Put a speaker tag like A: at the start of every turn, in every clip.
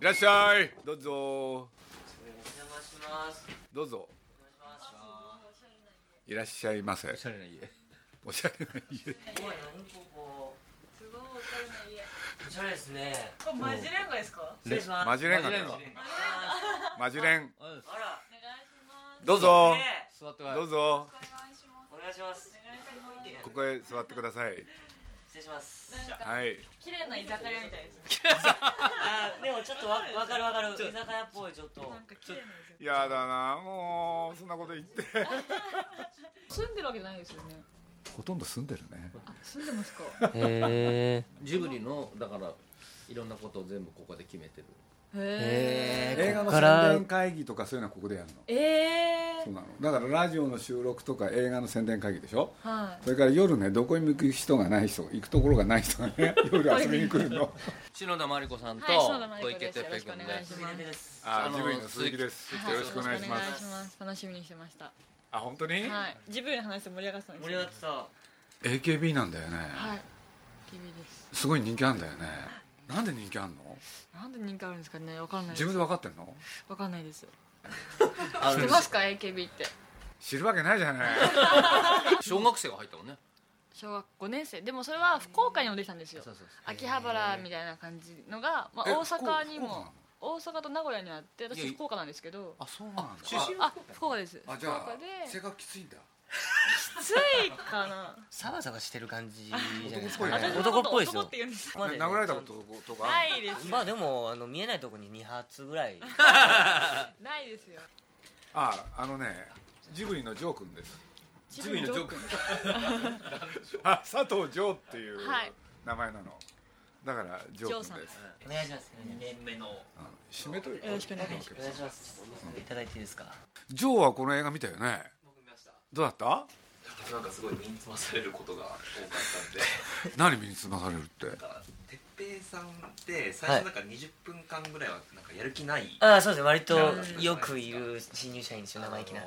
A: いらっしゃいどうぞどうぞいらっしゃいませ
B: おしゃれな家
A: おしゃれな 家
C: すごい何ここ
D: すごいおしゃれな家。
C: おしゃれですね
D: これマジレンガですか？
C: 失礼します
A: マジレンガだ
B: マジレン
A: よ
B: ガ
C: あ
A: マジレン
B: うん
C: ーあら
D: お願いします。
A: どうぞ
C: ね
B: 座って
A: どうぞ
D: お願いします。
C: お願いします
D: お願いします。
A: ここへ座ってください
C: 失礼します
D: なんか
A: はい
D: 綺麗な居酒屋みたいですね。
C: あーでもちょっとわわかるわかる居酒屋っぽいちょっと
D: なんか綺麗な居酒
A: やだなもうそんなこと言って
D: 屋。住んでるわけじゃないですよね。
A: ほとんど住んでるね
D: あ、住んでますか。
C: へ
B: ジブリのだからいろんなことを全部ここで決めてる
D: へ
C: え
A: 映画
C: こ
A: の
C: っから
A: 宣伝会議とかそういうのはここでやるの
D: え。え
A: そうなのだからラジオの収録とか映画の宣伝会議でしょ
D: ー。はい。
A: それから夜ねどこにも行く人がない人行くところがない人が ね夜遊びに来るの
B: 篠田真理子さんと
D: はい篠田麻里
B: 小
D: 子です
B: 池徹平君で
D: よろしくお願い
C: ー鈴
D: します
C: 木亮です
A: あ
B: あの
A: ジブリの鈴木です
B: はい
A: よろしくお願いしま
D: お願い
A: す
D: します。楽しみにしてました。
A: あ本当に
D: はい。ジブリの話で盛り上がってたんで
C: 盛
D: す
C: り
D: よ
C: 上がってた
A: AKB なんだよね
D: はい。ジブリです。
A: すごい人気あんだよねなんで人気あんの
D: なんで人気あるんですかね。わかんない
A: 自分
D: で
A: で
D: す。
A: 分かってんの
D: わかんないです。
B: あ
D: 知ってますか AKB って。
A: 知るわけないじゃない
B: 小学生が入ったもんね
D: 小学5年生でもそれは福岡にも出たんですよ
B: そうそうそう
D: 秋葉原みたいな感じのが、まあ、
A: え
D: 大阪に
A: 福岡
D: も
A: なの
D: 大阪と名古屋にあって
B: いや
D: 私福岡なんですけど
A: あそうなんだ
B: 出身
D: あ福岡です
A: ああじ
D: 福
A: ゃあ
D: 岡で
A: 性格きついんだ
D: ついかな
C: サバサバしてる感じじ
A: ゃないですか男っぽいね
D: 私の
C: 男っ
D: こと
C: ぽいです
D: 男
C: よ
D: って言うんです
C: まあね
A: 殴られたこととかあ
D: な
A: る
D: いです
C: まあでもあの見えないとこに二発ぐらい
D: ないですよ
A: ああのねジブリのジョー君です
D: ジブリのジョー君
A: あ佐藤ジョーっていう
D: はい
A: 名前なのだからジョー君です
D: ジョー
C: お願いします2年目の
A: あの締めといて
D: よろしくお願いします
C: お願いしますいただいていいですか
A: ジョーはこの映画見たよね
E: 僕見ました
A: どうだ った
E: なんかすごい身につまされることが多かったん で
A: 何身につまされるって
E: なんか哲平さんって最初なんか20分間ぐらいはなんかやる気ない、
C: ああそうですね割とよくいる新入社員ですよ
E: あの
C: 生意気な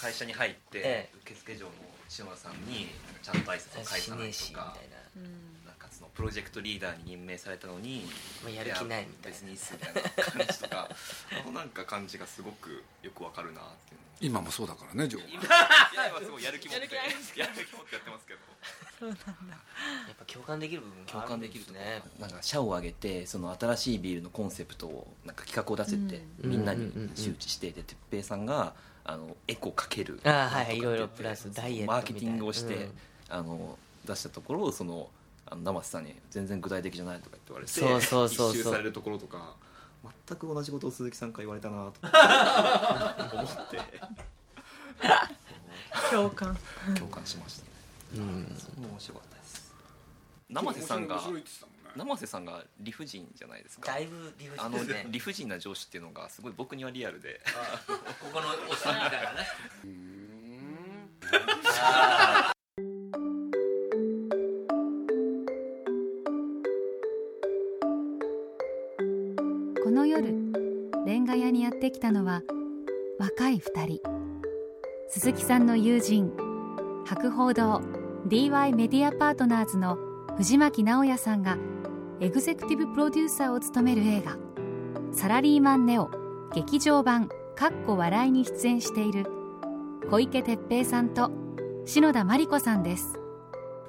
E: 会社に入って、
C: え
E: 受付嬢の篠田さんになんかちゃんと挨拶を返
C: 死
E: さな
C: ね
E: い
C: えし
E: と
C: みたい
E: か
C: な
D: うん
E: なんかそのプロジェクトリーダーに任命されたのに
C: もうやる気ないみたい
E: 別にいいっすみたいな感じとかあのなんか感じがすごくよくわかるなっていう
A: 今もそうだからねジョーは
E: の今すごいやる気持って
D: や
E: や
D: る
E: る
D: 気
E: 気
D: ないんです
E: 持ってやってますけど
C: なやっぱ共感できる部分があるんすね
E: なんか社を挙げてその新しいビールのコンセプトをなんか企画を出せて、
C: うん
E: みんな
C: う
E: に
C: んうんうんうん
E: 周知していて哲平さんがあのエコかける
C: あーはいはい
E: なんとかって
C: いろいろプラスダイエットみたいな
E: マーケティングをして、
C: うん
E: あの出したところをそのあの生瀬さんに全然具体的じゃないとか言われて
C: そうそうそうそう
E: 一周されるところとか全く同じことを鈴木さんから言われたなとか思って
D: 共感
E: 共感しましたね
C: うん
E: それも面白かったです生瀬さんが
A: 面白いって言ってたもんね
E: 生瀬さんが理不尽じゃないですか
C: だいぶ理不
E: あ
C: 尽で
E: の
C: すね
E: 理不尽な上司っていうのがすごい僕にはリアルで
B: ここのおっさんみたいなね
F: この夜レンガ屋にやってきたのは若い二人鈴木さんの友人博報堂 DY メディアパートナーズの藤巻直也さんがエグゼクティブプロデューサーを務める映画「サラリーマンネオ劇場版かっこ笑い」に出演している小池徹平さんと篠田真理子さんです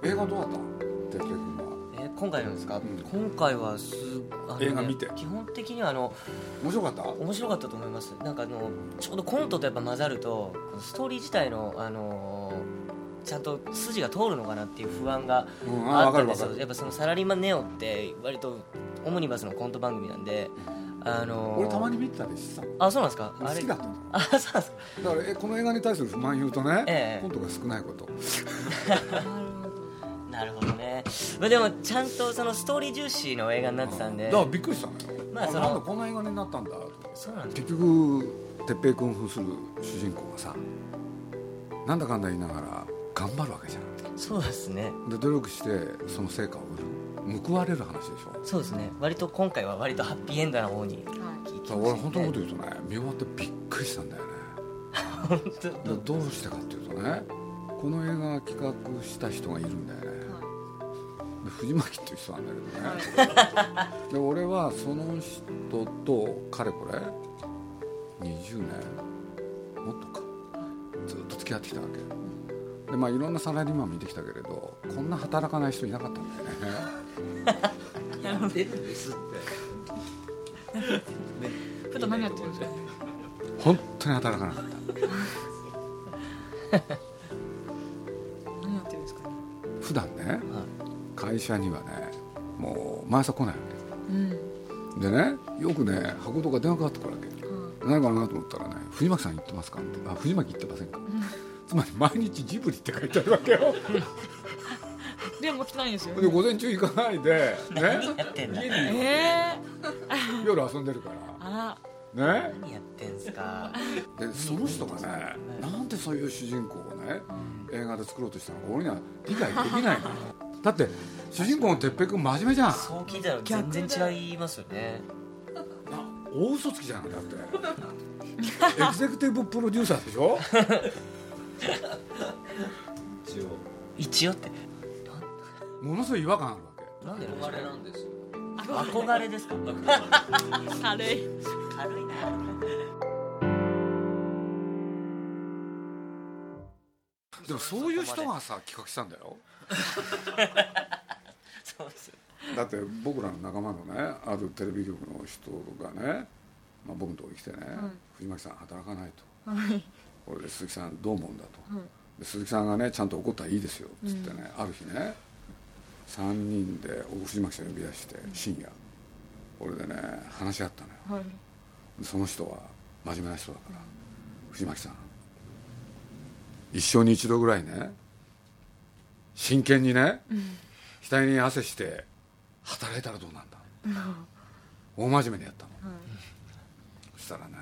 A: 映画どうだった哲平君は
C: えー今回のですか、
A: ん
C: 今回はすあのね
A: 映画見て
C: 基本的にはあの
A: 面白かった
C: 面白かったと思いますなんかあのちょうどコントとやっぱ混ざるとこのストーリー自体のあのーちゃんと筋が通るのかなっていう不安が
A: うんあ
C: あ
A: 分
C: っ
A: か
C: た
A: る
C: んですよ
A: 分かる
C: やっぱそのサラリーマンネオって割とオムニバスのコント番組なんであの
A: 俺たまに見てたで知ってたの
C: あそうなんですか
A: 俺
C: あ
A: 好
C: れ
A: きだったの
C: あそうなんですか
A: だからえこの映画に対する不満言うとね、
C: ええ
A: コントが少ないこと
C: なるほどね、まあ、でもちゃんとそのストーリー重視の映画になってたんで
A: だからびっくりしたのよ、
C: まあ
A: あ、
C: その
A: なんだこんな映画になったんだと思って
C: そうなんです
A: 結局哲平君扮する主人公がさなんだかんだ言いながら頑張るわけじゃ
C: そうですね
A: んで努力してその成果を売る報われる話でしょ
C: そうですね割と今回は割とハッピーエンドな方に行き
A: だ
C: ま
A: から俺
C: し
A: 本
C: た
A: 当
C: ね
A: のこと言うとね見終わってびっくりしたんだよね
C: ちょっ
A: で
C: と
A: どうしてかっていうとねこの映画企画した人がいるんだよね、で藤巻っていう人なんだけどね、 で俺はその人とかれこれ20年もっとかずっと付き合ってきたわけでまあいろんなサラリーマン見てきたけれどこんな働かない人いなかったんだよね
B: なんでですって
D: ふと何やってるんですか
A: 本当に働かなかった
D: 何やってるんですか
A: 普段ね、会社にはねもう毎朝来ないわ
D: うん
A: けでねよくね箱とか電話かかってくるわけないかなと思ったらね「藤巻さん行ってますか?」ってあ藤巻行ってませんか?」つまり毎日ジブリって書いてあるわけ よ
D: でも来ないんですよ
A: で午前中行かないで、ね、
C: 何やってんだ
A: 家に
D: え
A: 夜遊んでるか
D: ー、あ
A: らね
C: 何やってんすか
A: でその人がねなんでそういう主人公をね映画で作ろうとしたのか俺には理解できないのよだって主人公の哲平君真面目じゃん
C: そう聞いたら全然違いますよね
A: 大嘘つきじゃんだってエグゼクティブプロデューサーでしょ
B: 一応
C: 一応って
A: ものすごい違和感あるわけ
C: なんでなんでしょ
B: あ
C: う
B: れなんですよ
C: 憧れですか
D: ら軽い
C: 軽いな
A: でもそういう人がさ企画したんだ よ
C: そうです
A: だって僕らの仲間のねあるテレビ局の人がね、まあ、僕のとこに来てね、藤巻さん働かないと、俺で鈴木さんどう思うんだと、で鈴木さんがねちゃんと怒ったらいいですよっつってね、ある日ね3人で藤巻さん呼び出して深夜、俺でね話し合ったのよ
D: はい
A: でその人は真面目な人だから、藤巻さん一生に一度ぐらいね真剣にね、額に汗して働いたらどうなんだ、大真面目にやったの、そしたらね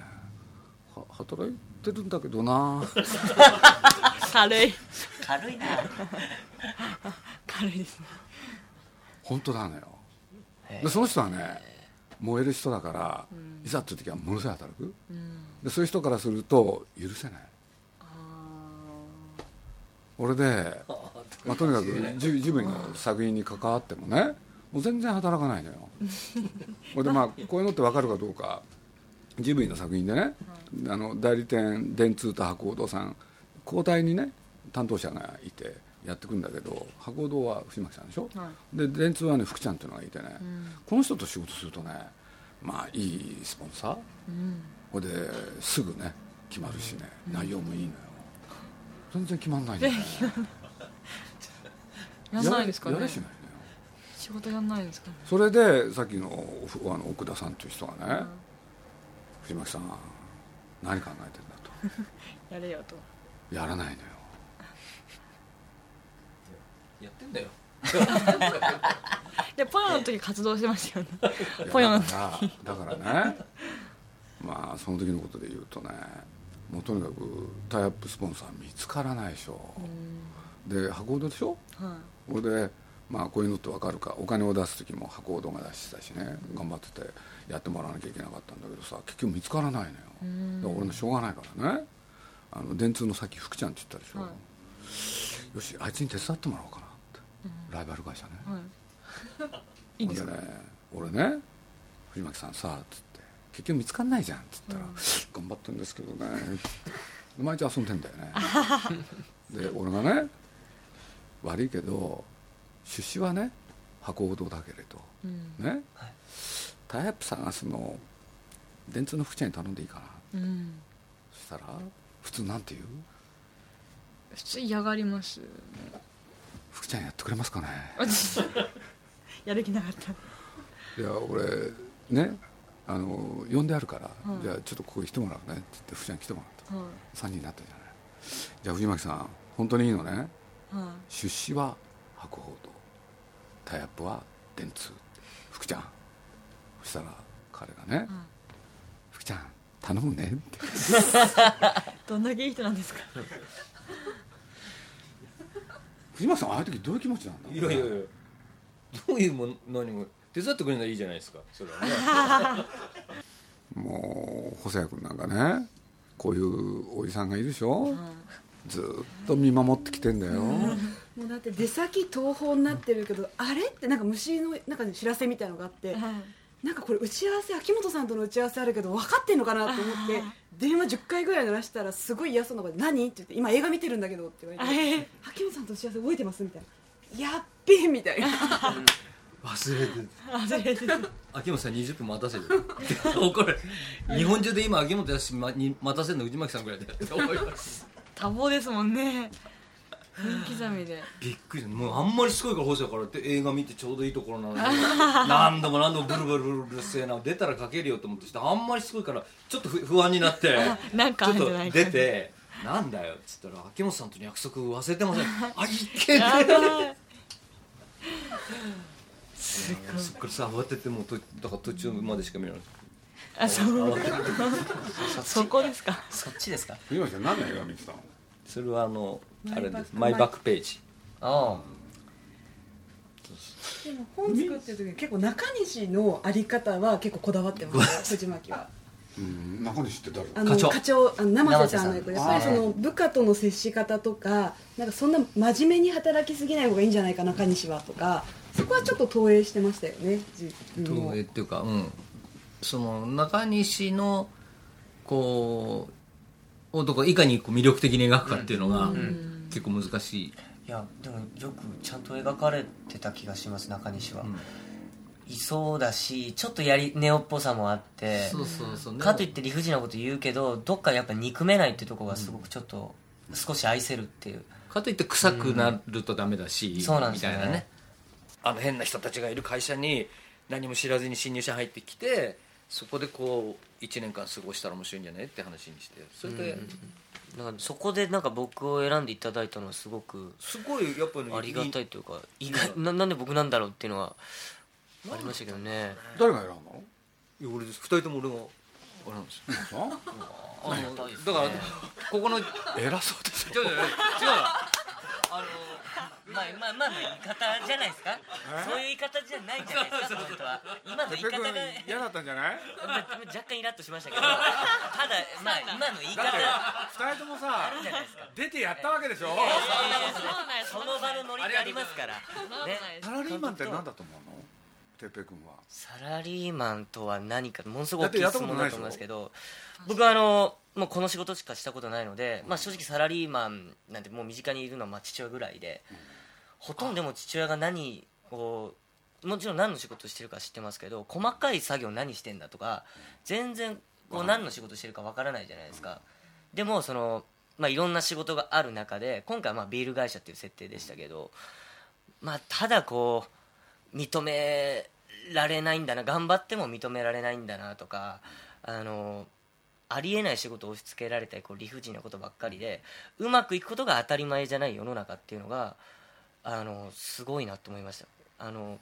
A: は働いてるんだけど な
D: 軽い
C: 軽いな
D: 軽いですね
A: 本当なのよ
C: ええ
A: でその人はね燃える人だから、いざっていう時はものすごい働く、でそういう人からすると許せない俺でまあ、とにかくジジブリの作品に関わってもねもう全然働かないのよ ほいでまあこういうのって分かるかどうかジブリの作品でね、あの代理店電通と博報堂さん交代にね担当者がいてやってくんだけど博報堂は藤巻さんでしょ、
D: は
A: で電通はね福ちゃんっていうのがいてね、この人と仕事するとねまあいいスポンサーほいですぐね決まるしね内容もいいのよ全然決まんないん だよね
D: やんないんですか
A: やれや
D: ね
A: れしないのよ
D: 仕事やんないんですか
A: それでさっきのおふあの奥田さんという人がね、藤巻さん何考えてんだと
D: やれよと
A: やらないのよ
B: やってんだよ
D: でポヨの時活動してましたよね
A: いや
D: ぽよん
A: だからだからねまあその時のことで言うとねもうとにかくタイアップスポンサー見つからないでしょで箱堂でしょ
D: は
A: これでまあこういうのって分かるかお金を出す時も箱堂が出してたしね頑張っててやってもらわなきゃいけなかったんだけどさ結局見つからないのよだから俺のしょうがないからねあの電通のさっき福ちゃんって言ったでしょ、
D: は
A: よしあいつに手伝ってもらおうかなって、ライバル会社ね、
D: いはいいいんですか
A: ほんでね俺ね藤巻さんさっつって結局見つかんないじゃんっつったら、頑張ってるんですけどね毎日遊んでんだよねで俺がね悪いけど出資はね箱ほどだけれど、ね、タイアップ探すの電通の福ちゃんに頼んでいいかな
D: うん
A: そしたら普通なんて言う
D: 普通嫌がります
A: 福ちゃんやってくれますかね
D: 私やる気なかった
A: いや俺ねあの呼んであるから、
D: はい
A: じゃあちょっとここに来てもらうねって言って藤巻来てもらった、
D: は
A: 3人になったじゃないじゃあ藤巻さん本当にいいのね
D: いは
A: 出資は白鵬とタイアップは電通福ちゃんそしたら彼がね
D: いは
A: 「福ちゃん頼むね」って
D: いどんだけいい人なんですか
A: 藤巻さんああいう時どういう気持ちなんだろう
B: い
A: ね
B: やいやいやどういうもん何も手伝ってくれならいいじゃないですかそれはね
A: もう細谷君なんかねこういうおじさんがいるでしょ
D: はい
A: ずーっと見守ってきてんだよ
G: もうだって出先東宝になってるけどあれってなんか虫のなんかね知らせみたいのがあって
D: はい
G: なんかこれ打ち合わせ秋元さんとの打ち合わせあるけど分かってんのかなと思って電話10回ぐらい鳴らしたらすごい嫌そうな声で「何?」って言って「今映画見てるんだけど」って言われて
D: え
G: 「秋元さんと打ち合わせ覚えてます?」みたいな「やっべえ」みたいな
E: 忘れて
D: 忘れてた
B: 秋元さん20分待たせる 怒る日本中で今秋元康まに待たせるの藤巻さんぐらいだよって思います
D: 多忙ですもんね分刻みで
B: びっくりしたもうあんまりしつこいから細谷からって映画見てちょうどいいところ なのに何度も何度もブルブルブルブルうるせえな出たらかけるよと思ってしてあんまりしつこいからちょっとふ不安になって
D: なんかあ
B: ちょ
D: る
B: っ
D: んじ
B: と
D: ゃないか
B: 出て「なんだよ」っつったら「秋元さんとの約束忘れてません」「あいけ
D: や
B: ない」
D: ばい
B: そっからさ慌ててもうとだから途中までしか見られない
D: あそうそこですか
C: そっちですか
A: 藤巻さん何の映画見てたの
B: それはあのあれです
G: マ
B: マ
G: イ
B: イ
G: バッ
B: バッ
G: ク
B: クページ
C: あ
G: でも本作ってる時に結構中西のあり方は結構こだわってます藤巻は
A: うん中西って誰
G: あの
B: 課
G: 課
B: 長
G: 長あの生瀬さんの役でやっぱ
A: 生瀬
G: り
A: さ
G: そ
A: ん
G: の部下との接し方とかなんかそんな真面目に働きすぎない方がいいんじゃないか中西はとかそこはちょっと投影してましたよね自分を
B: 東映っていうかうんその中西のこう男をいかにこう魅力的に描くかっていうのが結構難しい、
C: あいやでもよくちゃんと描かれてた気がします中西は、
B: うん
C: いそうだしちょっとやりネオっぽさもあって
B: そうそうそう
C: かといって理不尽なこと言うけどどっかやっぱ憎めないってとこがすごくちょっと少し愛せるっていう
B: かといって臭くなるとダメだし、
C: そうなんですよね
B: みたいなねあの変な人たちがいる会社に何も知らずに新入社員入ってきてそこでこう1年間過ごしたら面白いんじゃねって話にしてそれで、
C: なんかそこでなんか僕を選んでいただいたのはすごく
B: すごいやっぱり
C: ありがたいというか意外ななんで僕なんだろうっていうのはありましたけどね
A: 誰が選んだの
B: いや俺です2人とも俺があれなんですよ
A: さ
C: あ
B: あの
C: りがたいです
B: だ
C: ね
B: からここの違う違う違う
A: 偉そうですよ
B: あの
C: まあまあまあの言い方じゃないですかそういう言い方じゃないじゃないですか本当は今の言い方が
A: 嫌だったんじゃない
C: まあ若干イラッとしましたけどただまあ今の言い方
A: 二人ともさ
C: じゃないですか
A: 出てやったわけでしょ
C: その場のノリがありますからね
A: サラリーマンって何だと思うの哲平君は
C: サラリーマンとは何かものすごく大
A: だって
C: き
A: や
C: い
A: った
C: 質
A: こと
C: 問
A: ない
C: だ
A: でし
C: と
A: ょ
C: 思いますけど僕はあのもうこの仕事しかしたことないので、まあ、正直サラリーマンなんてもう身近にいるのはまあ父親ぐらいで、ほとんどでも父親が何をもちろん何の仕事してるか知ってますけど細かい作業何してんだとか全然こう何の仕事してるかわからないじゃないですか、でもその、まあ、いろんな仕事がある中で今回はまあビール会社っていう設定でしたけど、まあ、ただこう認められないんだな頑張っても認められないんだなとかあのありえない仕事を押し付けられたりこう理不尽なことばっかりでうまくいくことが当たり前じゃない世の中っていうのがあのすごいなと思いましたあの、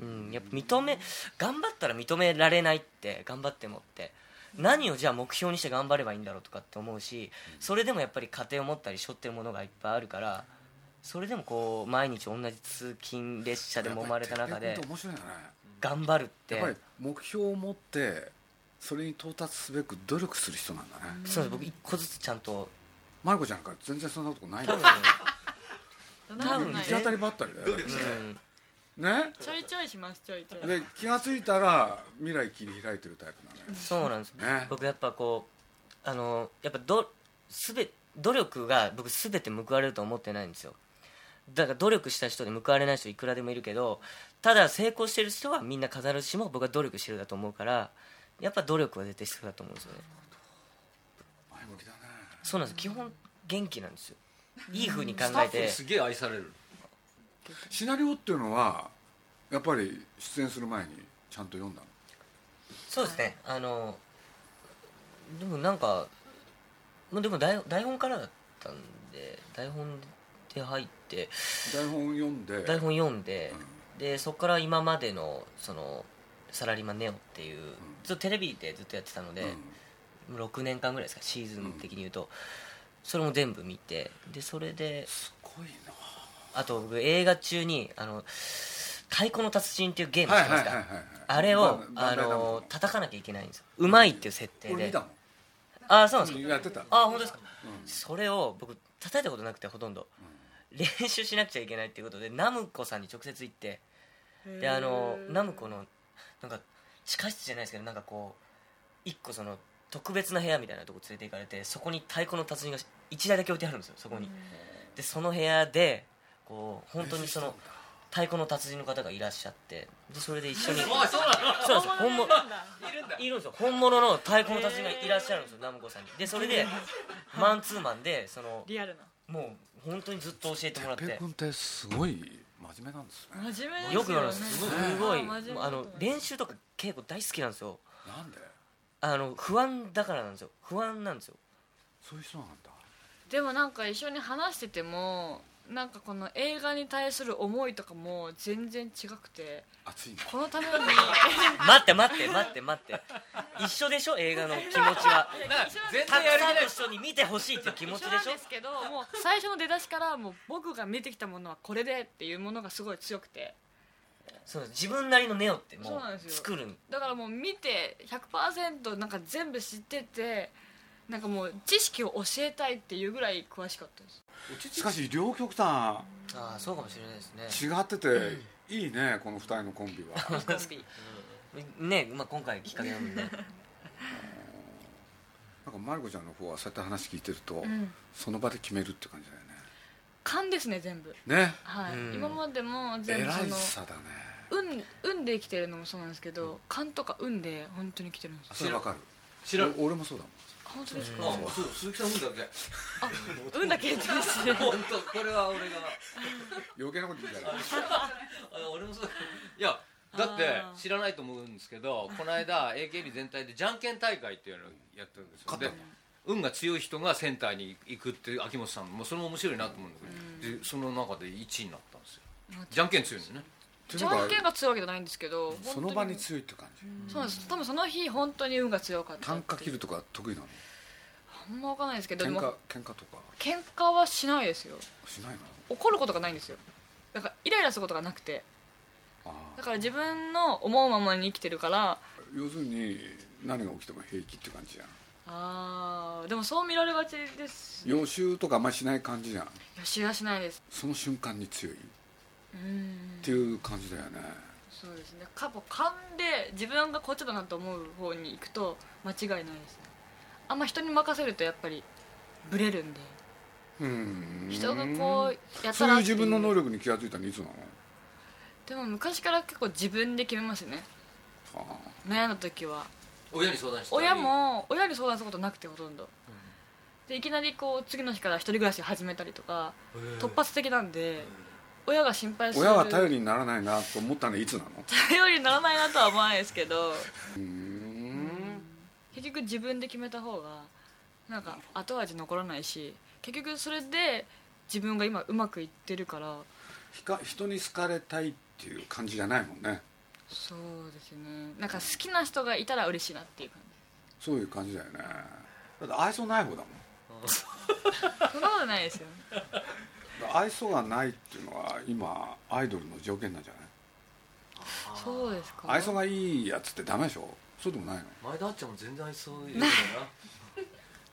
C: うん、やっぱ認め頑張ったら認められないって頑張ってもって何をじゃあ目標にして頑張ればいいんだろうとかって思うしそれでもやっぱり家庭を持ったり背負ってるものがいっぱいあるからそれでもこう毎日同じ通勤列車で揉まれた中
A: やっ
C: で
A: ぱり哲平君って面白いよね
C: 頑張るっ
A: や
C: て
A: っぱり目標を持ってそれに到達すべく努力する人なんだね
C: そうです僕一個ずつちゃんと
A: マリコちゃんから全然そんなことないんだよ
D: 多分
A: 行
D: ない
A: き当たりばったりだよ
C: うん
A: ね
D: ちょいちょいしますちょいちょい
A: で気が付いたら未来切り開いてるタイプなのよ
C: そうなんです、
A: ね
C: 僕やっぱこうあのやっぱどすべ努力が僕すべて報われると思ってないんですよだから努力した人で報われない人いくらでもいるけどただ成功してる人はみんな飾るしも僕は努力してるだと思うからやっぱ努力は絶対必要だと思うんですよね
A: 前向きだね
C: そうなんです基本元気なんですよいいふうに考
B: スタ
C: え
B: ッフ
C: て
B: にすげえ愛される
A: シナリオっていうのはやっぱり出演する前にちゃんと読んだの
C: そうですね、あのでもなんかまあでも台台本からだったんで台本で入って
A: 台本読んで
C: 台本読んで、でそこから今までのそのサラリーマンネオっていう、ずっとテレビでずっとやってたので、6年間ぐらいですかシーズン的に言うと、それも全部見てでそれです
A: ごいな
C: あと僕映画中にあの太鼓の達人っていうゲーム知ってますか、あれを
A: バ
C: あ
A: ンバンダイナムコ
C: の叩かなきゃいけないんですようまいっていう設定
A: 俺
C: で
A: 見たもん
C: ああそうなんです
A: うん
C: か
A: やってた
C: あ本当ですか、それを僕叩いたことなくてほとんど、練習しなくちゃいけないっていうことでナムコさんに直接行ってであのナムコのなんか地下室じゃないですけどなんかこう一個その特別な部屋みたいなとこ連れて行かれてそこに太鼓の達人が1台だけ置いてあるんですよそこに、でその部屋でこう本当にその太鼓の達人の方がいらっしゃってでそれで一緒にそうなんですよ本物いるんですよ本物の太鼓の達人がいらっしゃるんですよナムコさんにでそれでマンツーマンでその
D: リアルな
C: もう本当にずっと教えてもらって
A: 哲平君ってすごい真面目なんですね
D: 真面目です
C: よくやるん
D: ね
C: ですすごい
D: 真面目だと思います
C: あの練習とか稽古大好きなんですよ
A: なんで
C: あの不安だからなんですよ不安なんですよ
A: そういう人なんだ
D: でもなんか一緒に話しててもなんかこの映画に対する思いとかも全然違くて
A: 熱いね
D: こ のために
C: 待って待って待って待って一緒でしょ映画の気持ちは
B: 全
C: た
B: 然
C: く
B: やる
C: さんの人に見てほしいっていう気持ちで
D: 一緒なん
C: しょ
D: ですけどもう最初の出だしからもう僕が見てきたものはこれでっていうものがすごい強くて
C: そう自分なりのネオっても
D: そうなんです
C: う
D: よ
C: 作るん
D: だからもう見て100%なんか全部知っててなんかもう知識を教えたいっていうぐらい詳しかったです
A: しかし両極端
C: ああそうかもしれないです
A: 違ってていいねこの二人のコンビは
D: コンビ
C: ねねまあ今回きっかけ なんで
A: なんかマリコちゃんの方はそうやって話聞いてると
D: うん
A: その場で決めるって感じだ
D: 勘ですね全部
A: よねね
D: はい、
C: うん
D: 今までも全部
A: 偉
D: そ
A: い
D: の
A: さだね
D: 運運で生きてるのもそうなんですけど勘とか運で本当に来てるんですよ
A: それわかる
B: 知らん
A: お俺もそうだもん
D: 本当ですか、
B: あそう鈴木さんもだけ
D: あ運だけ言ってま すね
B: 本当これは俺が
A: 余計なこと言ったら
B: あ俺もそうだいやだって
D: あー
B: 知らないと思うんですけどこの間 AKB 全体でじゃんけん大会っていうのをやってるんですよで運が強い人がセンターに行くっていう秋元さんもそれも面白いなと思うんだけど、でその中で1位になったんですよじゃんけん強いのね
D: じゃんけんが強いわけじゃないんですけど
A: その場に
D: 本
A: 強いって感じ
D: 当にそうなんです多分その日本当に運が強かった
A: 単
D: って
A: 価
D: いう
A: 切るとか得意なの
D: あんま分かんないですけどで
A: 喧
D: も
A: 嘩喧嘩とか
D: 喧嘩はしないですよ
A: しないの
D: 怒ることがないんですよだからイライラすることがなくて
A: あ
D: だ
A: あ
D: から自分の思うままに生きてるから
A: 要するに何が起きても平気って感じじゃん
D: あーでもそう見られがちです
A: 予習とかあんまりしない感じじゃん
D: よしはしないです
A: その瞬間に強いっ
D: うん
A: ていう感じだよね
D: そうですね過去勘で自分がこっちだなと思う方に行くと間違いないですねあんま人に任せるとやっぱりブレるんで
A: うん
D: 人がこうやった
A: そうい
D: ら
A: う
D: って
A: 自分の能力に気が付いたのいつなの
D: でも昔から結構自分で決めますね
A: あ
D: 悩んだ時は
B: 親に相談して
D: 親も親に相談することなくてほとんど、でいきなりこう次の日から一人暮らし始めたりとか突発的なんで、親が心配
A: あ
D: する
A: 親は頼りにならないなと思ったのいつなの
D: 頼りにならないなとは思わないですけど
A: うーん
D: 結局自分で決めた方がなんか後味残らないし結局それで自分が今うまくいってるから
A: ひか人に好かれたいっていう感じじゃないもんね
D: そうですねなんか好きな人がいたら嬉しいなっていう感
A: そういう感じだよねだって愛想ない方だもん
D: じそんなことないですよ
A: だから愛想がないっていうのは今アイドルの条件なんじゃない
D: そうですか
A: 愛想がいいやつってダメでしょそうでもないの
B: 前田あっちゃんも全然愛想いい から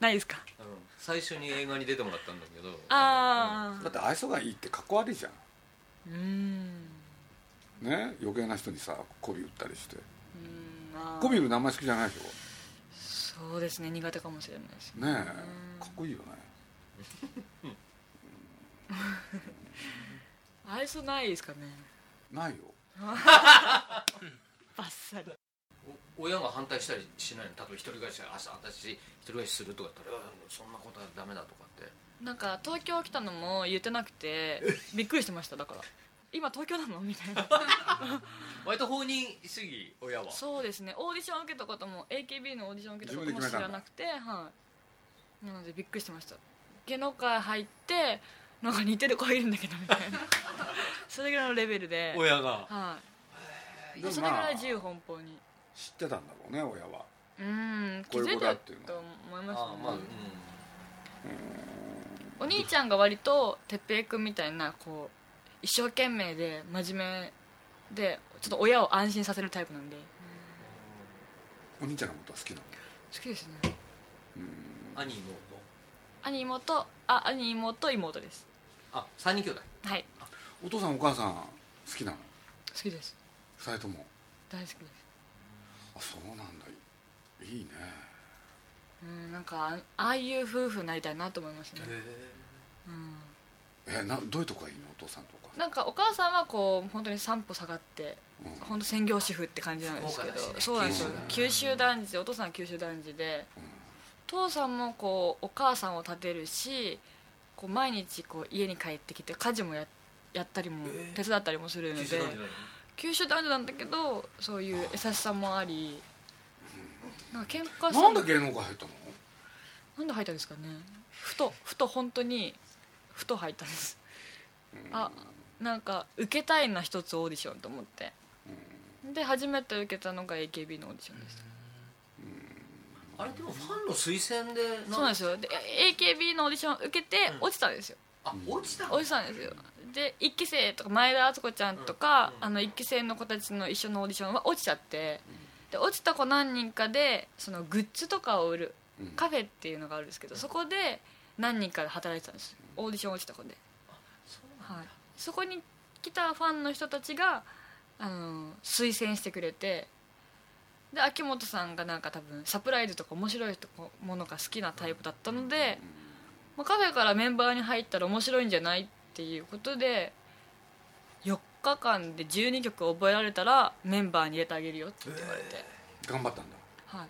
B: な
D: ないですか
B: あの最初に映画に出てもらったんだけど
D: あ
A: だ
D: あ
A: って愛想がいいってかっこ悪いじゃん
D: うーん
A: ね余計な人にさ媚び売ったりして
D: うーんあー
A: 媚び売る名前好きじゃないでし
D: そうですね苦手かもしれないです
A: ょねえかっこいいよね
D: 愛想ないですかね
A: ないよ
D: バッサリ
B: お親が反対したりしないの例えば一人暮らし明日私一人暮らしするとか言ったらいやそんなことはダメだとかって
D: なんか東京来たの も言ってなくてびっくりしてましただから今東京なのみたいな
B: 割と放任主義親は
D: そうですねオーディション受けたことも AKB のオーディション受けたことも
A: 自分で決め
D: 知
A: た
D: ら
A: んだ
D: なくてはいなのでびっくりしてました芸能界入ってなんか似てる子いるんだけどみたい なそれぐらいのレベルで
B: 親が
D: はい
A: でも
D: それぐ
A: ま
D: ら
A: あ
D: い自由奔放に
A: 知ってたんだろうね親は
D: うん気
A: こうい
D: づ
A: う
D: い
A: 子だ
D: た
A: っていうの
D: と思いま
B: ああ
D: すね
B: まあ、うん、
D: お兄ちゃんが割と哲平君みたいなこう一生懸命で真面目でちょっと親を安心させるタイプなんで
A: お兄ちゃんのことは好きなの
D: 好きですね
B: 兄妹
D: 兄妹あ兄妹妹です
B: あ三人兄弟
D: はい
A: お父さんお母さん好きなの
D: 好きです
A: 二人とも
D: 大好きです
A: あそうなんだいいね
D: うんなんかあああいう夫婦になりたいなと思いますね、うん、
A: えなどういうとこがいいのお父さんとお母さん
D: なんかお母さんはこう本当に三歩下がって
A: うん
D: 本当専業主婦って感じなんですけど
B: 福岡だしね
D: そうなんですよ
B: 九
D: 九州男児でお父さんは九州男児で
A: うん
D: 父さんもこうお母さんを立てるしこう毎日こう家に帰ってきて家事もややったりも手伝ったりもするの
B: 九
D: で、
B: 州男児なのに
D: 九州男女なんだけどそういう優しさもありなんか喧嘩する
A: なんで芸能界入ったの
D: なんで入ったんですかねふとふと本当にふと入ったんですあなんか受けたいな一つオーディションと思ってで初めて受けたのが AKB のオーディションでした
B: あれでもファンの推薦で
D: そうなんですよで AKB のオーディション受けて
B: うん
D: 落ちたんですよ
B: あ落ちた
D: 落ちたんですよで1期生とか前田敦子ちゃんとか、
B: うん
D: あの1期生の子たちの一緒のオーディションは落ちちゃってで落ちた子何人かでそのグッズとかを売る
A: うん
D: カフェっていうのがあるんですけどそこで何人かで働いてたんですオーディション落ちた子で、はい、そこに来たファンの人たちがあの推薦してくれてで秋元さんがなんか多分サプライズとか面白いとこものが好きなタイプだったので、まあ、カフェからメンバーに入ったら面白いんじゃないっていうことで4日間で12曲覚えられたらメンバーに入れてあげるよって言われて、
A: 頑張ったんだ
D: は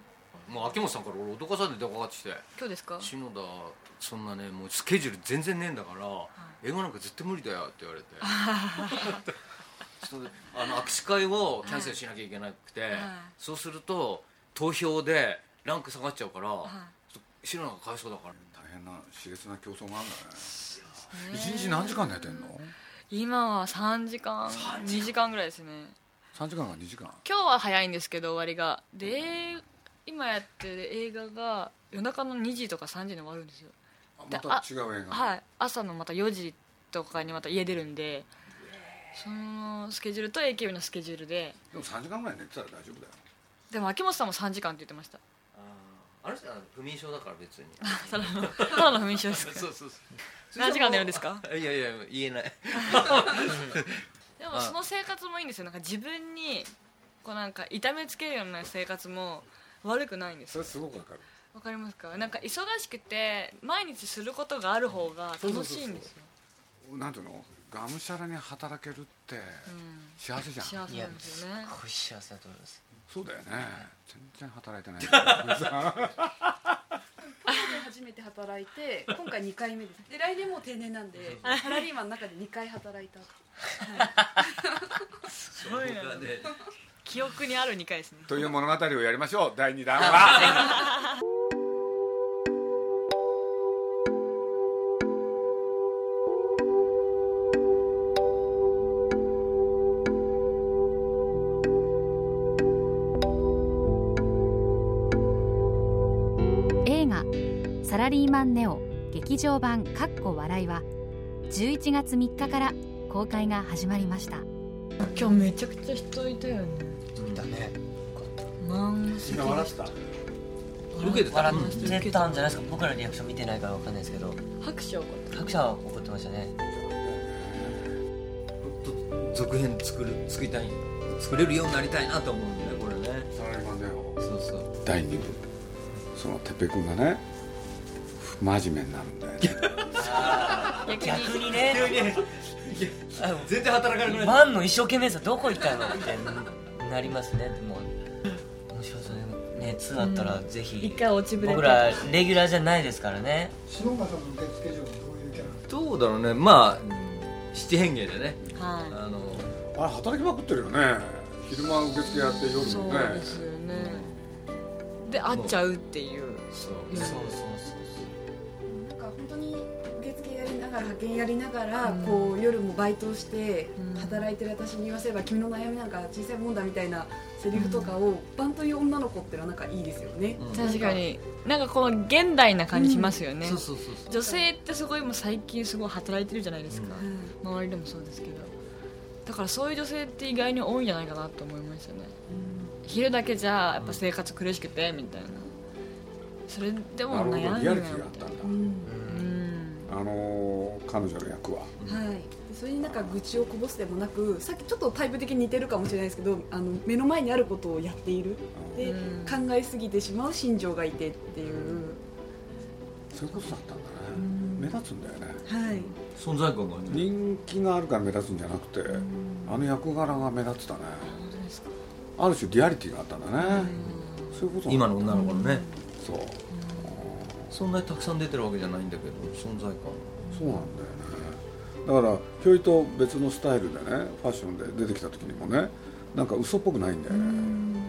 D: い、
B: もう秋元さんから俺男さんで電話かかってきて
D: 今日ですか
B: 篠田そんなねもうスケジュール全然ねえんだから、映画なんか絶対無理だよって言われて それであの握手会をキャンセルしなきゃいけなくて、
D: い
B: そうすると投票でランク下がっちゃうから、
D: は
B: 篠田がかわいそうだから
A: 大変な熾烈な競争があるんだね一日何時間寝てんの
D: 今は3時間2時間ぐらいですね
A: 3時間か2時間
D: 今日は早いんですけど終わりがで今やってる映画が夜中の2時とか3時に終わるんですよ
A: あ
D: で
A: また違う映画
D: はい朝のまた4時とかにまた家出るんでそのスケジュールと AKB のスケジュールで
A: でも3時間ぐらい寝てたら大丈夫だよ
D: でも秋元さんも3時間って言ってました
B: あの人は不眠症だから別に
D: ただのただの不眠症です
B: そうそうそう
D: 何時間寝るんですか
B: いやいや言えない
D: でもその生活もいいんですよなんか自分にこうなんか痛めつけるような生活も悪くないんです
A: それすごくわかる
D: わかりますかなんか忙しくて毎日することがある方が楽しいんですよ
A: なんていうのがむしゃらに働けるって
D: うん
A: 幸せじゃん
D: 幸せなんですよね
C: ごい幸せだと思います
A: そうだよね全然働いてない から
G: 初めて働いて今回2回目ですで来年もう定年なんでサラリーマンの中で2回働いた
B: すごいな
D: 記憶にある2回ですね
A: という物語をやりましょう第2弾は
F: 映画「サラリーマンネオ劇場版かっこ笑い」は11月3日から公開が始まりました
D: 今日めちゃくちゃ人いたよね
C: だね
D: まん
A: 今笑ってた
B: 受けてた
C: 笑ってたんじゃないですか僕らのリアクション見てないからわかんないですけど
D: 拍手を
C: 各社は怒ってましたね
B: 続編作る作りたい作れるようになりたいなと思うんだよねこれね
A: サラリーマンだよ
B: そうそう
A: 第2部その哲平君がね真面目になるんだよね
D: 逆
C: 逆
D: に
C: にねあ
B: 全然働かなくなっ
C: ワンの一生懸命さどこ行ったのってなりますねでも面白そうねね2だったらぜひ、
D: 一回落ちぶれ
C: 僕
D: て
C: らレギュラーじゃないですからね
H: 篠岡さんの受付嬢はどういうキャラ
B: たどうだろうねまあ七変化でね
D: は
B: あの
A: あれ働きまくってるよね昼間受付やって夜
D: そう
A: もね
D: ですよねで会っちゃうっていう
C: そうそうそう
G: なんか本当に受付やりながら派遣やりながら、こう夜もバイトして
D: うん
G: 働いてる私に言わせれば君の悩みなんか小さいもんだみたいなセリフとかをバンという女の子ってのはなんかいいですよね、
D: 確かになんかこの現代な感じしますよね、
C: そうそうそうそう
D: 女性ってすごいもう最近すごい働いてるじゃないですか、
G: うん
D: 周りでもそうですけどだからそういう女性って意外に多いんじゃないかなと思いましたね昼だけじゃやっぱ生活苦しくてみたいなそれでも
A: なるほ
D: 悩
A: ど
D: ん
A: リ
D: で
A: ア
D: る
A: リ
D: み
A: ティが
D: たいな
A: あったんだ、
G: うん
D: うん
A: あのー彼女の役は
G: はい、それになんか愚痴をこぼすでもなくさっきちょっとタイプ的に似てるかもしれないですけどあの目の前にあることをやっているで、
D: うん
G: 考えすぎてしまう心情がいてっていう、
A: そういうことだったんだね、目立つんだよね
G: はい、
B: 存在感がね
A: 人気があるから目立つんじゃなくて、あの役柄が目立ってたね
D: 本当ですか
A: ある種リアリティがあったんだね、そういうことなんだ
B: 今の女の子のね
A: そう
B: そんなにたくさん出てるわけじゃないんだけど存在感
A: そうなんだよねだからひょいと別のスタイルでねファッションで出てきた時にもねなんか嘘っぽくないんだよね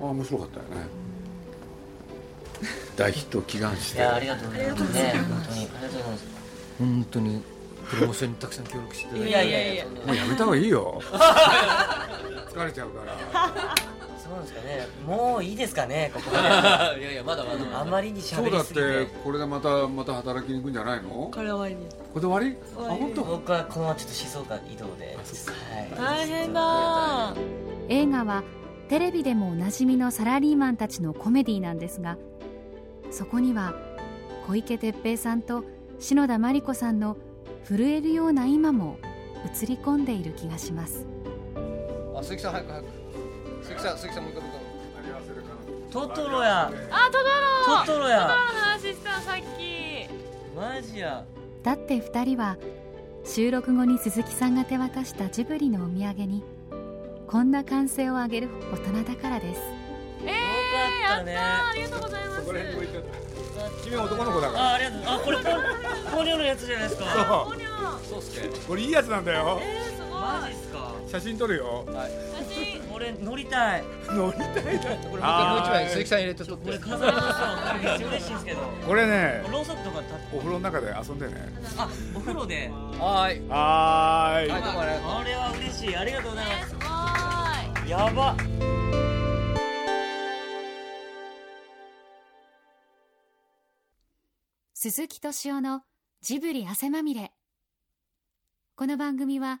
A: ああ面白かったよね大ヒットを祈願し
C: い
A: て
C: やありがとうございますね本当にありがとうございます
B: 本当にプロモーションにたくさん協力していただい
C: い
B: て
C: やいやいや
A: もうやめた方がいいよ疲れちゃうから
C: そうなんですかねも ういいですかねここ
B: いやいやまだまだ
C: あまりに
A: 今
C: 喋
A: 日だ
C: り
A: っ
C: すぎて
A: てこれでまたまた働きに行くんじゃないの
D: これはいい
A: これで終わり
D: 終わり
A: あ本当
C: 僕はこのままちょっと静岡移動ではい
D: 大変だ
F: 映画はテレビでもおなじみのサラリーマンたちのコメディなんですがそこには小池徹平さんと篠田麻里子さんの震えるような今も映り込んでいる気がします
B: あ鈴木さん早く早く鈴木さん鈴木さんもう一回もう一
C: トトロや
D: あトトロ
C: トトロや
D: トロの話したさっき
C: マジや
F: だって2人は収録後に鈴木さんが手渡したジブリのお土産にこんな歓声を上げる大人だからです
D: え
C: よかったね
D: ー、ありがとうございます
A: 君は男の子だ
C: あありがとうあこれポポニョのやつじゃないですか
A: ら
D: ポニョ
B: そうっすけ
A: これいいやつなんだよ
D: えー、す
C: マ
D: ご
C: ジっすか
A: 写真撮るよ
D: い写真
C: 俺乗りたい
A: 乗りたいだ
B: これもう一回もう一枚鈴木さん入れて撮って
C: 俺飾りますよめっちゃ嬉しいんですけど
A: これね
C: ろうそくとか立って
A: お風呂の中で遊んでね
C: あお風呂で
B: はーい
A: はーい
B: はいどうもありがとう
C: これは嬉しいありがとうござい
D: えー、すごい
C: ますやば
F: 鈴木敏夫のジブリ汗まみれこの番組は